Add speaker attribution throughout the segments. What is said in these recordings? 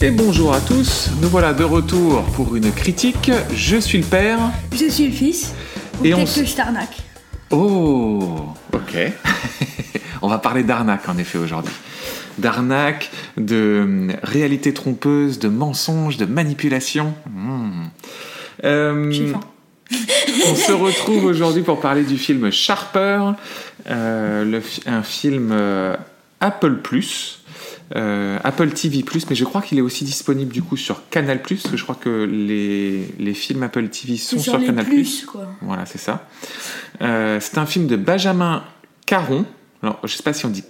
Speaker 1: Et bonjour à tous, nous voilà de retour pour une critique. Je suis le père.
Speaker 2: Je suis le fils. Ou
Speaker 1: Et
Speaker 2: peut-être
Speaker 1: on s-
Speaker 2: que je t'arnaque.
Speaker 1: Oh, ok. on va parler d'arnaque en effet aujourd'hui. D'arnaque, de hum, réalité trompeuse, de mensonge, de manipulation. Hmm. Euh,
Speaker 2: J'ai faim.
Speaker 1: on se retrouve aujourd'hui pour parler du film Sharper, euh, le fi- un film euh, Apple Plus. euh, Apple TV Plus, mais je crois qu'il est aussi disponible du coup sur Canal Plus, parce que je crois que les, les films Apple TV sont
Speaker 2: C'est
Speaker 1: sur,
Speaker 2: sur les
Speaker 1: Canal
Speaker 2: plus, quoi.
Speaker 1: Voilà, c'est ça. Euh, c'est un film de Benjamin Caron. Alors, je sais pas si on dit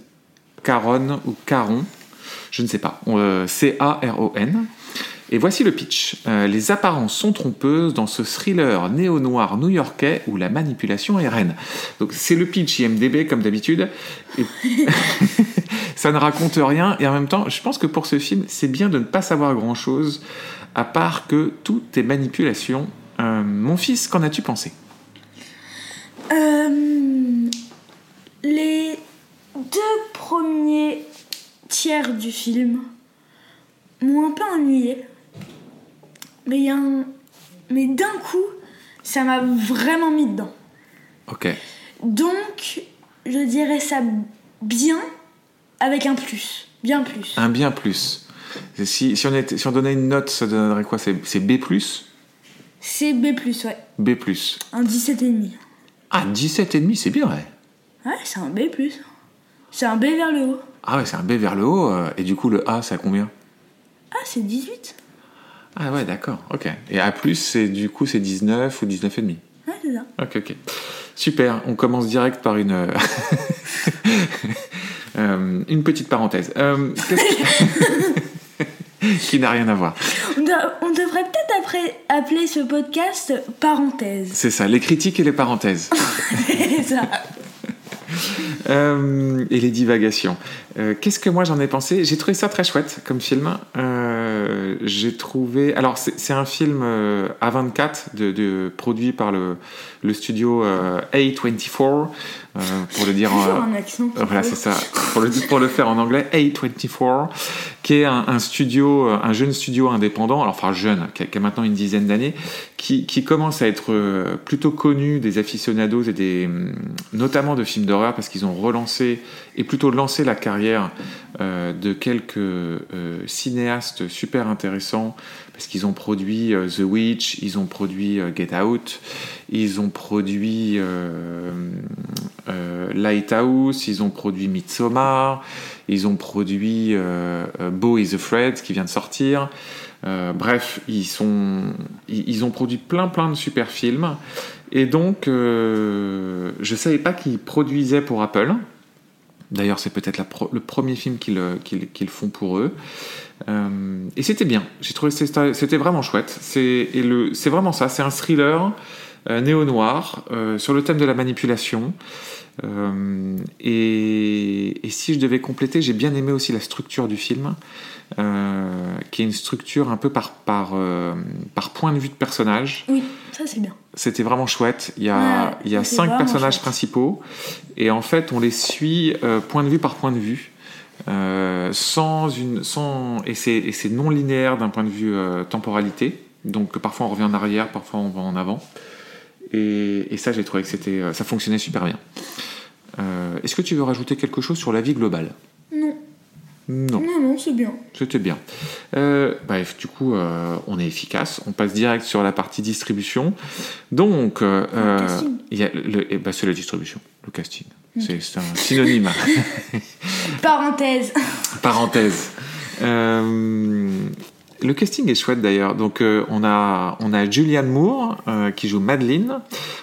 Speaker 1: Caron ou Caron. Je ne sais pas. Euh, C-A-R-O-N. Et voici le pitch. Euh, les apparences sont trompeuses dans ce thriller néo-noir new-yorkais où la manipulation est reine. Donc c'est le pitch IMDB comme d'habitude. Et- ça ne raconte rien et en même temps, je pense que pour ce film, c'est bien de ne pas savoir grand-chose à part que tout est manipulation. Euh, mon fils, qu'en as-tu pensé
Speaker 2: Euh, les deux premiers tiers du film m'ont un peu ennuyé. Mais, il y a un- mais d'un coup, ça m'a vraiment mis dedans.
Speaker 1: Ok.
Speaker 2: Donc, je dirais ça bien avec un plus. Bien plus.
Speaker 1: Un bien plus. Si, si on était- si on donnait une note, ça donnerait quoi C'est c'est B plus
Speaker 2: C'est B, ouais.
Speaker 1: B
Speaker 2: Un 17,5.
Speaker 1: Ah, 17,5, c'est bien, ouais.
Speaker 2: Ouais, c'est un B. C'est un B vers le haut.
Speaker 1: Ah ouais, c'est un B vers le haut. euh, et du coup, le A, c'est à combien
Speaker 2: Ah, c'est 18
Speaker 1: Ah ouais, d'accord, ok. Et A+, c'est du coup, c'est 19 ou 19,5.
Speaker 2: Ouais, c'est ça.
Speaker 1: Ok, ok. Super, on commence direct par une... euh, euh, une petite parenthèse. Euh, qu'est-ce que- qui n'a rien à voir.
Speaker 2: On, doit- on devrait peut-être après appeler ce podcast parenthèse.
Speaker 1: C'est ça, les critiques et les parenthèses.
Speaker 2: C'est ça.
Speaker 1: Euh, et les divagations. Euh, Qu'est-ce que moi j'en ai pensé J'ai trouvé ça très chouette comme film. Euh, J'ai trouvé. Alors, c'est c'est un film euh, A24 de, de- produit par le, le studio euh, A24, euh, pour le dire en-
Speaker 2: Toujours un accent.
Speaker 1: euh, Voilà, c'est ça. Pour le, pour le faire en anglais, A24, qui est un, un studio, euh, un jeune studio indépendant, alors enfin jeune, qui a, qui a maintenant une dizaine d'années, qui, qui commence à être euh, plutôt connu des aficionados et des, hum, notamment de films d'horreur, parce qu'ils ont relancé et plutôt lancé la carrière euh, de quelques euh, cinéastes super intéressants, parce qu'ils ont produit euh, The Witch, ils ont produit euh, Get Out, ils ont produit euh, euh, Lighthouse, ils ont produit Midsommar, ils ont produit euh, euh, Beau is Afraid qui vient de sortir. Euh, bref, ils, sont, ils, ils ont produit plein plein de super films. Et donc, euh, je savais pas qu'ils produisaient pour Apple. D'ailleurs, c'est peut-être la pro- le premier film qu'ils qu'ils- qu'ils font pour eux. Euh, et c'était bien. J'ai trouvé que c'était c'était vraiment chouette. C'est et le- c'est vraiment ça. C'est un thriller euh, néo-noir euh, sur le thème de la manipulation. Euh, et, et si je devais compléter, j'ai bien aimé aussi la structure du film, euh, qui est une structure un peu par, par, euh, par point de vue de personnage.
Speaker 2: Oui, ça c'est bien. C'était
Speaker 1: C'était vraiment chouette. Il y a,
Speaker 2: Ouais,
Speaker 1: il y a
Speaker 2: c'est
Speaker 1: cinq
Speaker 2: vraiment
Speaker 1: personnages
Speaker 2: chouette.
Speaker 1: principaux, et en fait, on les suit euh, point de vue par point de vue. euh, sans une, sans, et c'est et c'est non linéaire d'un point de vue euh, temporalité, donc parfois on revient en arrière, parfois on va en avant. Et, et ça, j'ai trouvé que c'était, euh, ça fonctionnait super bien. Euh, Est-ce que tu veux rajouter quelque chose sur la vie globale
Speaker 2: Non,
Speaker 1: Non,
Speaker 2: non, non, c'est bien.
Speaker 1: c'était bien. Euh, bref, du coup, euh, on est efficace. On passe direct sur la partie distribution. Donc, euh, euh,
Speaker 2: casting.
Speaker 1: il y a le- eh ben, c'est la distribution, le casting. C'est c'est un synonyme.
Speaker 2: Parenthèse.
Speaker 1: Parenthèse. Euh, le casting est chouette d'ailleurs. Donc euh, on a on a Julianne Moore euh, qui joue Madeleine,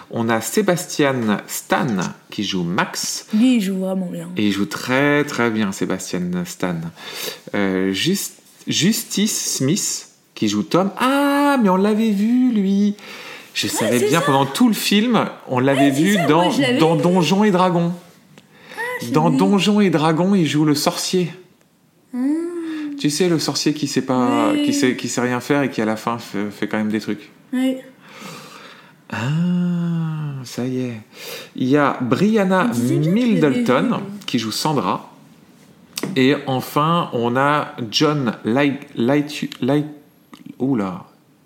Speaker 1: on a Sébastien Stan qui joue Max.
Speaker 2: Lui, il joue vraiment ah, bien.
Speaker 1: Et il joue très très bien Sébastien Stan. Euh, Jus- Justice Smith qui joue Tom. Ah mais on l'avait vu lui. Je savais
Speaker 2: c'est
Speaker 1: bien pendant tout le film, on l'avait
Speaker 2: c'est
Speaker 1: vu
Speaker 2: ça,
Speaker 1: dans,
Speaker 2: moi, je l'avais
Speaker 1: dans
Speaker 2: vu. Ah,
Speaker 1: Donjons et Dragons.
Speaker 2: c'est
Speaker 1: dans
Speaker 2: lui.
Speaker 1: Donjons et Dragons, il joue le sorcier.
Speaker 2: Mmh.
Speaker 1: Tu sais, le sorcier qui sait pas,
Speaker 2: Oui.
Speaker 1: qui sait, qui sait rien faire et qui à la fin fait, fait quand même des trucs.
Speaker 2: Ouais.
Speaker 1: Ah, ça y est. Il y a Brianna
Speaker 2: Je disais bien que je l'avais
Speaker 1: Middleton
Speaker 2: vu.
Speaker 1: qui joue Sandra. Et enfin, on a John Light, Light, Light, oula,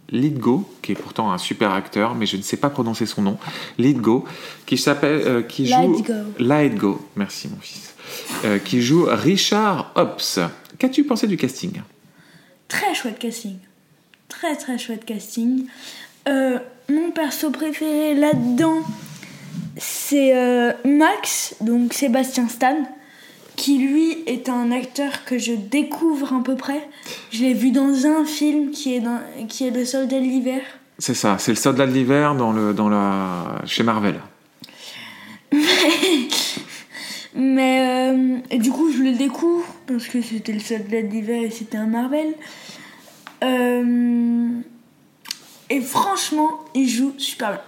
Speaker 1: Lithgow, qui est pourtant un super acteur, mais je ne sais pas prononcer son nom. Lithgow, qui s'appelle, euh, qui joue
Speaker 2: Lithgow.
Speaker 1: Lithgow, merci mon fils, Euh, qui joue Richard Hobbs. Qu'as-tu pensé du casting
Speaker 2: Très chouette casting. Très très chouette casting. Euh, mon perso préféré là-dedans, c'est euh, Max, donc Sébastien Stan, qui lui est un acteur que je découvre à peu près. Je l'ai vu dans un film qui est, dans- qui est Le Soldat de l'hiver.
Speaker 1: C'est ça, c'est le soldat de l'hiver dans le, dans la, chez Marvel.
Speaker 2: Mais euh, et du coup, je le découvre parce que c'était le soldat d'hiver et c'était un Marvel. Euh, et franchement, il joue super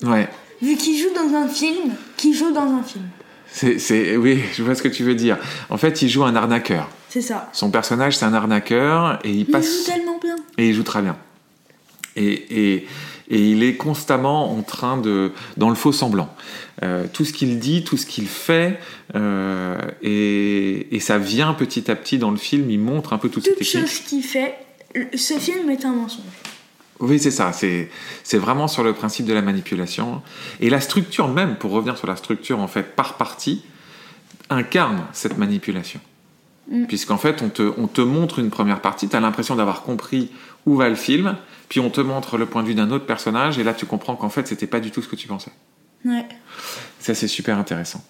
Speaker 2: bien.
Speaker 1: Ouais.
Speaker 2: Vu qu'il joue dans un film, qu'il joue dans un film.
Speaker 1: C'est, c'est- oui, je vois ce que tu veux dire. En fait, il joue un arnaqueur.
Speaker 2: C'est ça.
Speaker 1: Son personnage, c'est un arnaqueur et il
Speaker 2: Mais
Speaker 1: passe.
Speaker 2: il joue tellement bien.
Speaker 1: Et il joue très bien. Et, et, et il est constamment en train de. dans le faux semblant. Euh, tout ce qu'il dit, tout ce qu'il fait, euh, et, et ça vient petit à petit dans le film, il montre un peu toutes ces
Speaker 2: Toute
Speaker 1: techniques.
Speaker 2: chose qu'il fait, le- ce film est un mensonge.
Speaker 1: Oui, c'est ça, c'est c'est vraiment sur le principe de la manipulation. Et la structure même, pour revenir sur la structure, en fait, par partie, incarne cette manipulation.
Speaker 2: Mm.
Speaker 1: Puisqu'en fait, on te, on te montre une première partie, tu as l'impression d'avoir compris où va le film, puis on te montre le point de vue d'un autre personnage, et là tu comprends qu'en fait, c'était pas du tout ce que tu pensais.
Speaker 2: Ouais.
Speaker 1: Ça, c'est super intéressant.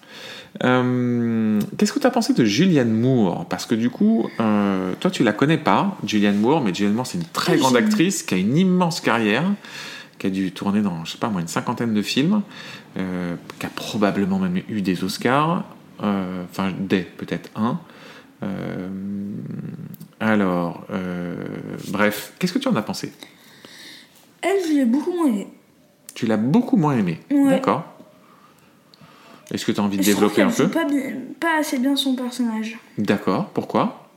Speaker 1: Euh, Qu'est-ce que tu as pensé de Julianne Moore Parce que du coup, euh, toi, tu la connais pas, Julianne Moore, mais Julianne Moore, c'est une très
Speaker 2: Ah,
Speaker 1: grande
Speaker 2: j'ai-
Speaker 1: actrice qui a une immense carrière, qui a dû tourner dans, je sais pas moi, une cinquantaine de films, euh, qui a probablement même eu des Oscars, euh, enfin, des, peut-être un. Euh, alors, euh, bref, qu'est-ce que tu en as pensé
Speaker 2: Elle, je l'ai beaucoup moins aimée.
Speaker 1: Tu l'as beaucoup moins aimé,
Speaker 2: Ouais.
Speaker 1: d'accord Est-ce que tu as envie de
Speaker 2: Je trouve
Speaker 1: développer
Speaker 2: qu'elle
Speaker 1: un peu
Speaker 2: joue pas, bien- pas assez bien son personnage.
Speaker 1: D'accord, pourquoi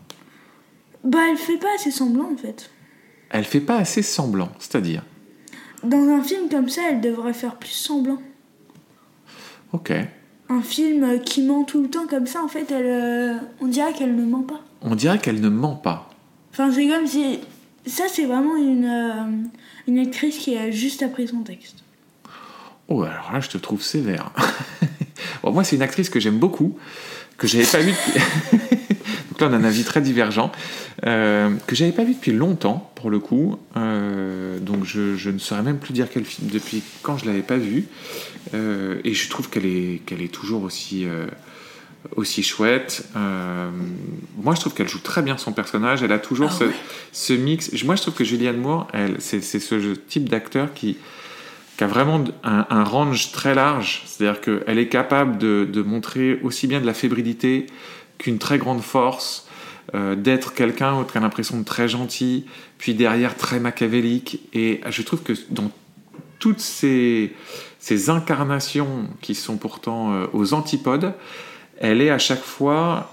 Speaker 2: Bah, elle fait pas assez semblant en fait.
Speaker 1: Elle fait pas assez semblant, c'est-à-dire.
Speaker 2: Dans un film comme ça, elle devrait faire plus semblant.
Speaker 1: Ok.
Speaker 2: Un film euh, qui ment tout le temps comme ça, en fait, elle, euh, on dirait qu'elle ne ment pas.
Speaker 1: On dirait qu'elle ne ment pas.
Speaker 2: Enfin, c'est comme si. Ça, c'est vraiment une, euh, une actrice qui a juste appris son texte.
Speaker 1: Oh, alors là, je te trouve sévère. bon, moi, c'est une actrice que j'aime beaucoup, que j'avais pas vue depuis... Donc là, on a un avis très divergent, euh, que j'avais pas vu depuis longtemps, pour le coup. Euh, donc je, je ne saurais même plus dire quel film, depuis quand je l'avais pas vue. Euh, et je trouve qu'elle est, qu'elle est toujours aussi, euh, aussi chouette. Euh, moi, je trouve qu'elle joue très bien son personnage. Elle a toujours
Speaker 2: Ah
Speaker 1: ce,
Speaker 2: ouais.
Speaker 1: ce mix. Je- Moi, je trouve que Julianne Moore, elle, c'est, c'est ce type d'acteur qui, qui a vraiment un, un range très large. C'est-à-dire qu'elle est capable de, de montrer aussi bien de la fébrilité qu'une très grande force, euh, d'être quelqu'un qui a l'impression de très gentil, puis derrière très machiavélique. Et je trouve que dans toutes ces, ces incarnations qui sont pourtant euh, aux antipodes, elle est à chaque fois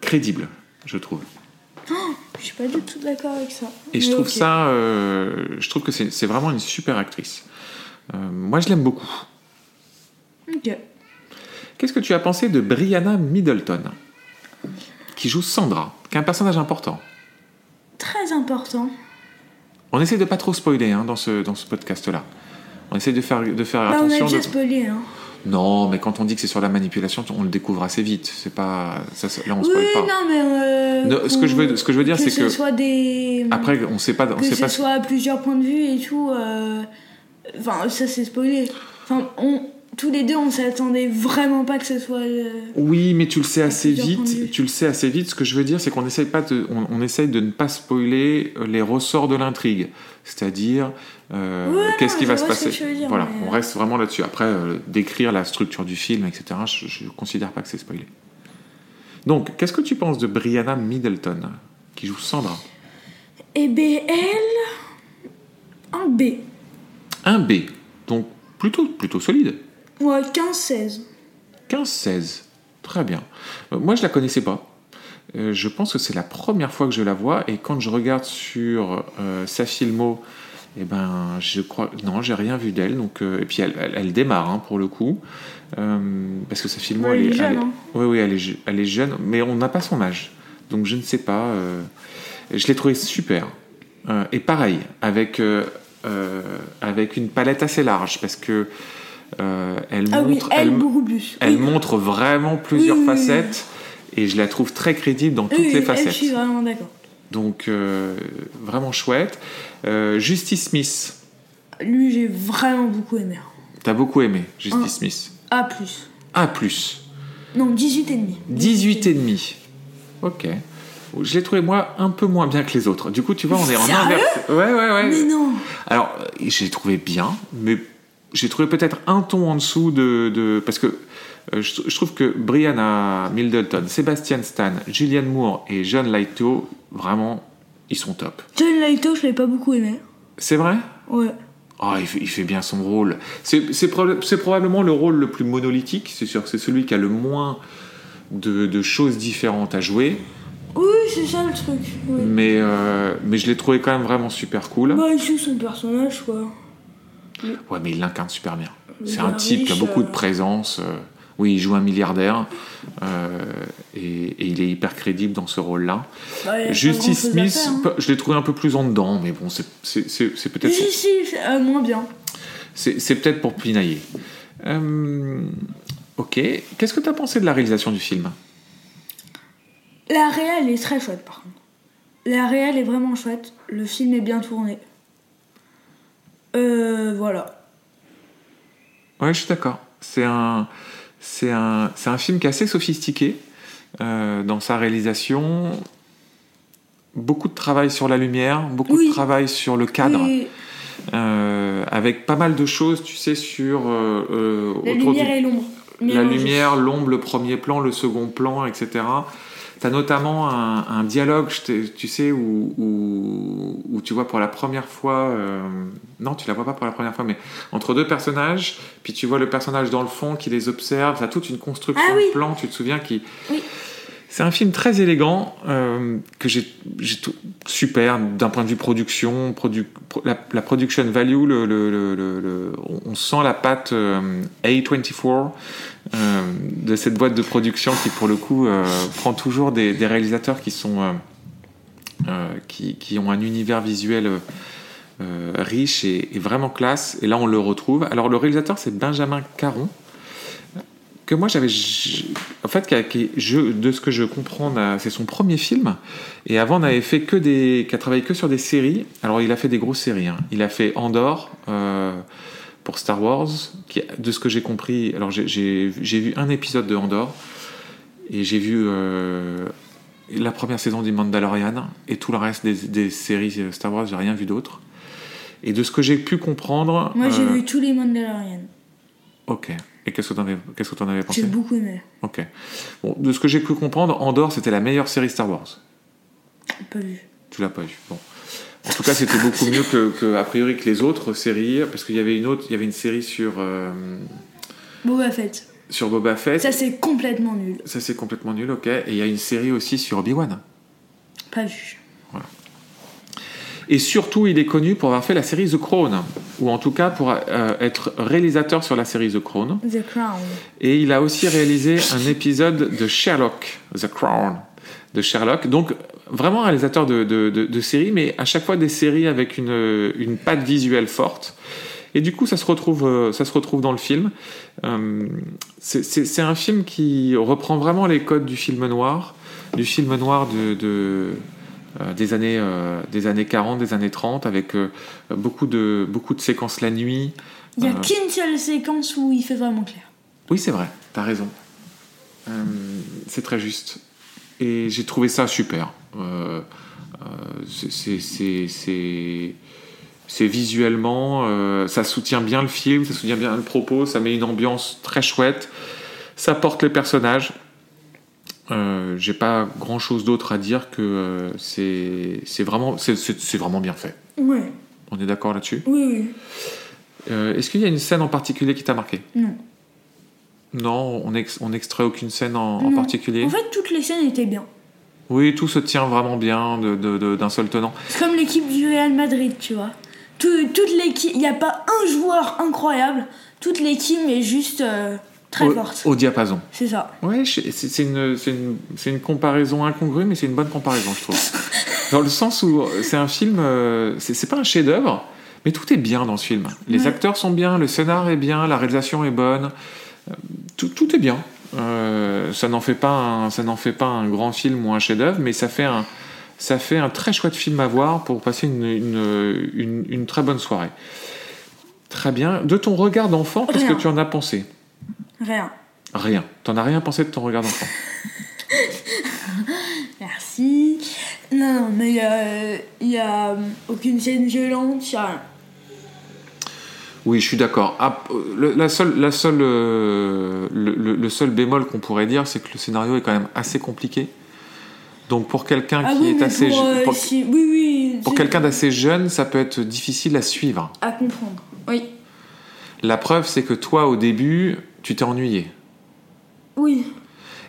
Speaker 1: crédible, je trouve.
Speaker 2: Je suis pas du tout d'accord avec ça.
Speaker 1: Et je
Speaker 2: Mais
Speaker 1: trouve
Speaker 2: ok.
Speaker 1: ça, euh, je trouve que c'est c'est vraiment une super actrice. Euh, moi, je l'aime beaucoup.
Speaker 2: Ok.
Speaker 1: Qu'est-ce que tu as pensé de Brianna Middleton, qui joue Sandra, qui est un personnage important
Speaker 2: Très important.
Speaker 1: On essaie de pas trop spoiler hein, dans ce, dans ce podcast-là. On essaie de faire, de faire
Speaker 2: Bah, on a
Speaker 1: attention.
Speaker 2: déjà
Speaker 1: de-
Speaker 2: spoilé, hein.
Speaker 1: Non, mais quand on dit que c'est sur la manipulation, on le découvre assez vite. C'est pas ça, ça- là on
Speaker 2: Oui,
Speaker 1: spoil pas.
Speaker 2: non, mais. euh,
Speaker 1: Non, ce que je veux, ce que je veux dire, c'est
Speaker 2: ce
Speaker 1: que
Speaker 2: soit des.
Speaker 1: après, on sait pas, on
Speaker 2: que
Speaker 1: sait
Speaker 2: ce
Speaker 1: pas. ce-
Speaker 2: soit à plusieurs points de vue et tout. euh, Enfin, ça, c'est spoilé. Enfin, on... tous les deux, on s'attendait vraiment pas que ce soit. euh,
Speaker 1: Oui, mais tu le sais assez
Speaker 2: plusieurs points de
Speaker 1: vite.
Speaker 2: vue.
Speaker 1: Tu le sais assez vite. Ce que je veux dire, c'est qu'on essaye pas, de, on, on essaye de ne pas spoiler euh, les ressorts de l'intrigue. C'est-à-dire, euh,
Speaker 2: Ouais, non,
Speaker 1: qu'est-ce qui
Speaker 2: je
Speaker 1: va se
Speaker 2: vois ce que
Speaker 1: passer
Speaker 2: tu veux dire,
Speaker 1: Voilà,
Speaker 2: mais-
Speaker 1: on reste vraiment là-dessus. Après, euh, décrire la structure du film, etc. Je, je considère pas que c'est spoilé. Donc, qu'est-ce que tu penses de Brianna Middleton, qui joue Sandra
Speaker 2: Et BL. Un ben, B.
Speaker 1: Un B, donc plutôt plutôt solide.
Speaker 2: Ouais, 15-16.
Speaker 1: 15-16. Très bien. Euh, Moi, je la connaissais pas. Euh, je pense que c'est la première fois que je la vois. Et quand je regarde sur euh, sa filmo Et ben, je crois. Non, j'ai rien vu d'elle. Donc, euh, et puis elle, elle, elle démarre hein, pour le coup, Euh, parce que sa film,
Speaker 2: Ouais, elle est jeune, hein.
Speaker 1: oui, oui, elle est, je- elle est jeune, mais on n'a pas son âge. Donc je ne sais pas. euh, Je l'ai trouvé super. Euh, et pareil, avec, euh, euh, avec une palette assez large, parce que euh, elle
Speaker 2: Ah oui,
Speaker 1: montre,
Speaker 2: elle,
Speaker 1: elle-
Speaker 2: beaucoup plus.
Speaker 1: elle
Speaker 2: oui.
Speaker 1: montre vraiment plusieurs
Speaker 2: Oui, oui, oui.
Speaker 1: facettes, et je la trouve très crédible dans
Speaker 2: Oui,
Speaker 1: toutes
Speaker 2: oui,
Speaker 1: les
Speaker 2: elle,
Speaker 1: facettes.
Speaker 2: Je suis vraiment d'accord.
Speaker 1: Donc euh, vraiment chouette. Euh, Justice Smith,
Speaker 2: Lui, j'ai vraiment beaucoup aimé.
Speaker 1: t'as beaucoup aimé Justice
Speaker 2: Ah.
Speaker 1: Smith.
Speaker 2: A plus.
Speaker 1: Un plus.
Speaker 2: Non, 18 et demi.
Speaker 1: 18 et demi. Ok. Je l'ai trouvé moi un peu moins bien que les autres. Du coup, tu vois, on est en
Speaker 2: Sérieux
Speaker 1: inverse. Ouais, ouais, ouais.
Speaker 2: Mais non.
Speaker 1: Alors, euh, je l'ai trouvé bien, mais j'ai trouvé peut-être un ton en dessous de, de- parce que euh, je, je trouve que Brianna Middleton, Sébastien Stan, Julianne Moore et John Laito, vraiment, ils sont top.
Speaker 2: John Lighto, je l'ai pas beaucoup aimé.
Speaker 1: C'est vrai
Speaker 2: Ouais.
Speaker 1: Oh, il, fait, il fait bien son rôle. C'est c'est proba- c'est probablement le rôle le plus monolithique. C'est sûr que c'est celui qui a le moins de, de choses différentes à jouer.
Speaker 2: Oui, c'est ça le truc. ouais.
Speaker 1: Mais, euh, mais je l'ai trouvé quand même vraiment super cool.
Speaker 2: Bah, il joue son personnage, quoi.
Speaker 1: Ouais, mais il l'incarne super bien.
Speaker 2: Le
Speaker 1: C'est
Speaker 2: gars
Speaker 1: un type qui a
Speaker 2: riche,
Speaker 1: beaucoup de
Speaker 2: euh,
Speaker 1: présence. euh, oui, il joue un milliardaire. euh, et, et il est hyper crédible dans ce rôle-là.
Speaker 2: bah, il a pas
Speaker 1: Justice
Speaker 2: grand-chose à
Speaker 1: Smith,
Speaker 2: faire, hein.
Speaker 1: peu- je l'ai trouvé un peu plus en dedans, mais bon, c'est c'est- c'est- c'est peut-être
Speaker 2: Si, si, c'est- euh, moins bien.
Speaker 1: c'est c'est peut-être pour pinailler. Euh, ok. Qu'est-ce que tu as pensé de la réalisation du film
Speaker 2: La réelle est très chouette, par contre. La réelle est vraiment chouette. Le film est bien tourné. Euh, voilà.
Speaker 1: Ouais, je suis d'accord. C'est un, c'est un, c'est un film qui est assez sophistiqué euh, dans sa réalisation. Beaucoup de travail sur la lumière, beaucoup
Speaker 2: Oui.
Speaker 1: de travail sur le cadre,
Speaker 2: Oui,
Speaker 1: euh, avec pas mal de choses, tu sais, sur euh, euh,
Speaker 2: la
Speaker 1: autour
Speaker 2: lumière
Speaker 1: du-
Speaker 2: et l'ombre.
Speaker 1: la
Speaker 2: Mélangées.
Speaker 1: lumière, l'ombre, le premier plan, le second plan, etc. T'as notamment un, un dialogue, je t'ai- tu sais, où, où, où tu vois pour la première fois. euh, non, tu la vois pas pour la première fois, mais entre deux personnages, puis tu vois le personnage dans le fond qui les observe. T'as toute une construction
Speaker 2: Ah oui.
Speaker 1: de plan, tu te souviens, qui.
Speaker 2: Oui.
Speaker 1: C'est un film très élégant, euh, que j'ai j'ai tout- super d'un point de vue production, produ- pro- la, la production value, le, le- le- le- le- on- on sent la patte euh, A24 euh, de cette boîte de production qui pour le coup euh, prend toujours des, des réalisateurs qui sont euh, euh, qui, qui ont un univers visuel euh, euh, riche et, et vraiment classe et là on le retrouve alors le réalisateur c'est Benjamin Caron que moi j'avais j- en fait qui a- qui- je- de ce que je comprends n'a- c'est son premier film et avant n'avait fait que des qui a travaillé que sur des séries alors il a fait des grosses séries hein. il a fait Andorre euh, pour Star Wars, qui, de ce que j'ai compris, alors j'ai- j'ai j'ai vu un épisode de Andorre, et j'ai vu euh, la première saison du Mandalorian, et tout le reste des, des séries euh, Star Wars, j'ai rien vu d'autre. Et de ce que j'ai pu comprendre.
Speaker 2: Moi, j'ai
Speaker 1: euh,
Speaker 2: vu tous les Mandalorians.
Speaker 1: Ok. Et qu'est-ce que t'en avais, qu'est-ce que t'en avais
Speaker 2: J'ai
Speaker 1: pensé
Speaker 2: beaucoup aimé.
Speaker 1: Ok. Bon, de ce que j'ai pu comprendre, Andorre, c'était la meilleure série Star Wars.
Speaker 2: J'ai Pas vu.
Speaker 1: Tu l'as pas vu. Bon. En tout cas, c'était beaucoup mieux que, que, a priori, que les autres séries, parce qu'il y avait une autre, il y avait une série sur, euh,
Speaker 2: Boba Fett.
Speaker 1: sur Boba Fett.
Speaker 2: bah, Ça, c'est complètement nul.
Speaker 1: Ça, c'est complètement nul, ok. Et il y a une série aussi sur Obi-Wan.
Speaker 2: Pas vu.
Speaker 1: Et surtout, il est connu pour avoir fait la série The Crown, ou en tout cas pour euh, être réalisateur sur la série The Crown.
Speaker 2: The Crown.
Speaker 1: Et il a aussi réalisé un épisode de Sherlock, The Crown, de Sherlock. Donc, vraiment un réalisateur de, de, de- de séries, mais à chaque fois des séries avec une, une patte visuelle forte. Et du coup, ça se retrouve, euh, ça se retrouve dans le film. Euh, c'est- C'est c'est un film qui reprend vraiment les codes du film noir, du film noir de, de, euh, des, années, euh, des années 40, des années 30, avec euh, beaucoup, de, beaucoup de séquences la nuit.
Speaker 2: Il y a
Speaker 1: Euh.
Speaker 2: qu'une seule séquence où il fait vraiment clair.
Speaker 1: Oui, c'est vrai, t'as raison. Euh, c'est très juste. Et j'ai trouvé ça super. Euh, euh, c'est- c'est- c'est- c'est c'est visuellement, euh, ça soutient bien le film, ça soutient bien le propos, ça met une ambiance très chouette, ça porte les personnages. Euh, j'ai pas grand chose d'autre à dire que euh, c'est c'est vraiment, c'est- c'est c'est vraiment bien fait.
Speaker 2: Ouais.
Speaker 1: On est d'accord là-dessus
Speaker 2: Oui, oui.
Speaker 1: Euh, Est-ce qu'il y a une scène en particulier qui t'a marqué
Speaker 2: Non.
Speaker 1: non, on, ex- on extrait aucune scène en, en
Speaker 2: Non.
Speaker 1: particulier.
Speaker 2: En fait, toutes les scènes étaient bien.
Speaker 1: Oui, tout se tient vraiment bien de- de- de- d'un seul tenant.
Speaker 2: C'est comme l'équipe du Real Madrid, tu vois. tout- toute l'équipe, il n'y a pas un joueur incroyable. Toute l'équipe est juste euh, très
Speaker 1: au,
Speaker 2: forte.
Speaker 1: au diapason.
Speaker 2: C'est ça.
Speaker 1: Ouais, je- c'est c'est une, c'est une, c'est une comparaison incongrue, mais c'est une bonne comparaison, je trouve. dans le sens où c'est un film, euh, c'est c'est pas un chef-d'œuvre, mais tout est bien dans ce film. Les
Speaker 2: Ouais.
Speaker 1: acteurs sont bien, le scénar est bien, la réalisation est bonne, euh, tout, tout est bien. Euh, ça n'en fait pas, un, ça n'en fait pas un grand film ou un chef-d'œuvre, mais ça fait un, ça fait un très chouette film à voir pour passer une, une, une- une très bonne soirée. Très bien. De ton regard d'enfant, qu'est-ce que
Speaker 2: Rien.
Speaker 1: tu en as pensé
Speaker 2: Rien.
Speaker 1: Rien. T'en as rien pensé de ton regard d'enfant.
Speaker 2: Merci. Non, non, mais euh, il n'y a euh, aucune scène violente. il y a-
Speaker 1: Oui, je suis d'accord. Ah, le, la seule, la seule, euh, le, le- le seul bémol qu'on pourrait dire, c'est que le scénario est quand même assez compliqué. Donc pour quelqu'un
Speaker 2: Ah
Speaker 1: qui
Speaker 2: oui,
Speaker 1: est
Speaker 2: mais
Speaker 1: assez,
Speaker 2: pour,
Speaker 1: je-
Speaker 2: euh,
Speaker 1: pour,
Speaker 2: si- Oui, oui.
Speaker 1: pour
Speaker 2: c'est-
Speaker 1: quelqu'un d'assez jeune, ça peut être difficile à suivre.
Speaker 2: À comprendre. Oui.
Speaker 1: La preuve, c'est que toi, au début, tu t'es ennuyé.
Speaker 2: Oui.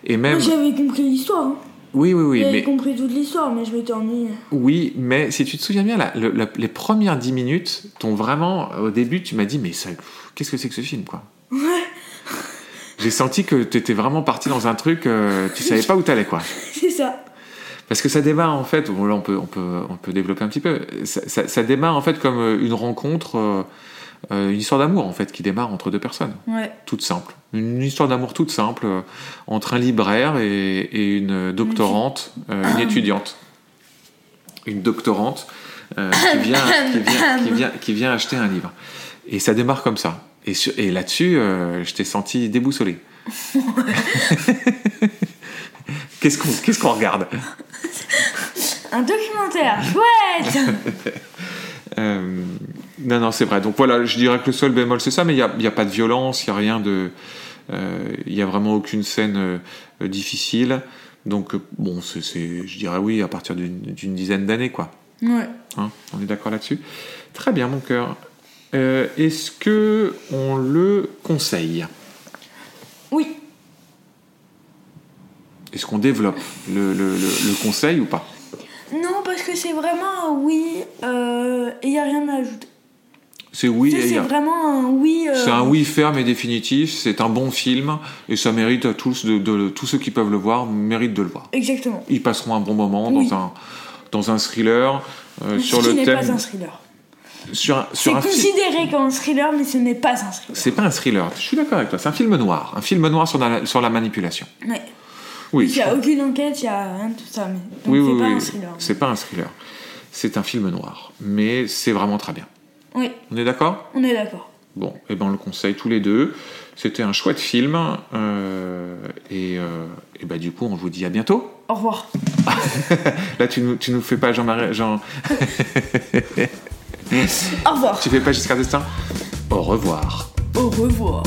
Speaker 1: Et
Speaker 2: Moi,
Speaker 1: même,
Speaker 2: j'avais compris l'histoire. hein.
Speaker 1: oui, oui, oui,
Speaker 2: j'avais
Speaker 1: mais
Speaker 2: compris toute l'histoire, mais je m'étais ennuyée.
Speaker 1: Oui, mais si tu te souviens bien, la- le- la- les premières 10 minutes t'ont vraiment. Au début, tu m'as dit, mais ça, pff, qu'est-ce que c'est que ce film, quoi J'ai senti que t'étais vraiment parti dans un truc, euh, tu savais pas où t'allais, quoi.
Speaker 2: C'est ça.
Speaker 1: Parce que ça démarre, en fait, bon, là, on peut, on peut, on peut développer un petit peu. Ça, ça- ça démarre, en fait, comme euh, une rencontre, euh, euh, une histoire d'amour, en fait, qui démarre entre deux personnes
Speaker 2: Ouais.
Speaker 1: toute simple. Une histoire d'amour toute simple euh, entre un libraire et, et une doctorante, euh, une étudiante. Une doctorante euh, qui, vient, qui, vient, qui, vient, qui vient acheter un livre. Et ça démarre comme ça. Et, sur- et là-dessus, euh, je t'ai senti déboussolé. Qu'est-ce qu'on qu'est-ce qu'on regarde
Speaker 2: Un documentaire. Chouette
Speaker 1: Euh, non, non, c'est vrai. Donc voilà, je dirais que le seul bémol, c'est ça, mais il n'y a, il y a pas de violence, il n'y a rien de. euh, Il y n'y a vraiment aucune scène euh, euh, difficile. Donc, euh, bon, c'est, c'est- je dirais oui, à partir d'une, d'une dizaine d'années, quoi.
Speaker 2: Ouais.
Speaker 1: Hein, on est d'accord là-dessus Très bien, mon cœur. Euh, est-ce que on le conseille
Speaker 2: Oui.
Speaker 1: Est-ce qu'on développe le, le- le- le conseil ou pas
Speaker 2: Non, parce que c'est vraiment un oui euh, et il n'y a rien à ajouter.
Speaker 1: C'est oui
Speaker 2: Tu sais,
Speaker 1: et il y
Speaker 2: c'est
Speaker 1: a-
Speaker 2: vraiment un oui. euh,
Speaker 1: C'est un oui ferme et définitif, c'est un bon film et ça mérite à tous, de, de- tous ceux qui peuvent le voir, méritent de le voir.
Speaker 2: Exactement.
Speaker 1: Ils passeront un bon moment
Speaker 2: Oui.
Speaker 1: dans, un, dans un thriller, euh,
Speaker 2: Ce
Speaker 1: sur
Speaker 2: qui
Speaker 1: le
Speaker 2: n'est
Speaker 1: thème.
Speaker 2: pas un thriller.
Speaker 1: Sur un,
Speaker 2: C'est
Speaker 1: sur un film.
Speaker 2: considéré comme un thriller, mais ce n'est pas un thriller.
Speaker 1: C'est pas un thriller, je suis d'accord avec toi, c'est un film noir, un film noir sur la, sur la manipulation.
Speaker 2: Ouais.
Speaker 1: Oui,
Speaker 2: Il n'y a aucune enquête, il n'y a rien de tout ça. Mais... Donc
Speaker 1: oui,
Speaker 2: c'est
Speaker 1: oui,
Speaker 2: pas
Speaker 1: oui,
Speaker 2: un thriller.
Speaker 1: c'est pas un thriller. C'est un film noir, mais c'est vraiment très bien.
Speaker 2: Oui,
Speaker 1: On est d'accord
Speaker 2: on est d'accord.
Speaker 1: Bon, et ben on le conseille tous les deux. C'était un chouette film, euh, et, euh, et ben du coup on vous dit à bientôt.
Speaker 2: Au revoir.
Speaker 1: Là, tu nous, tu nous fais pas Jean-Marie. Jean...
Speaker 2: Au revoir.
Speaker 1: Tu fais pas Giscard d'Estaing Au revoir.
Speaker 2: Au revoir.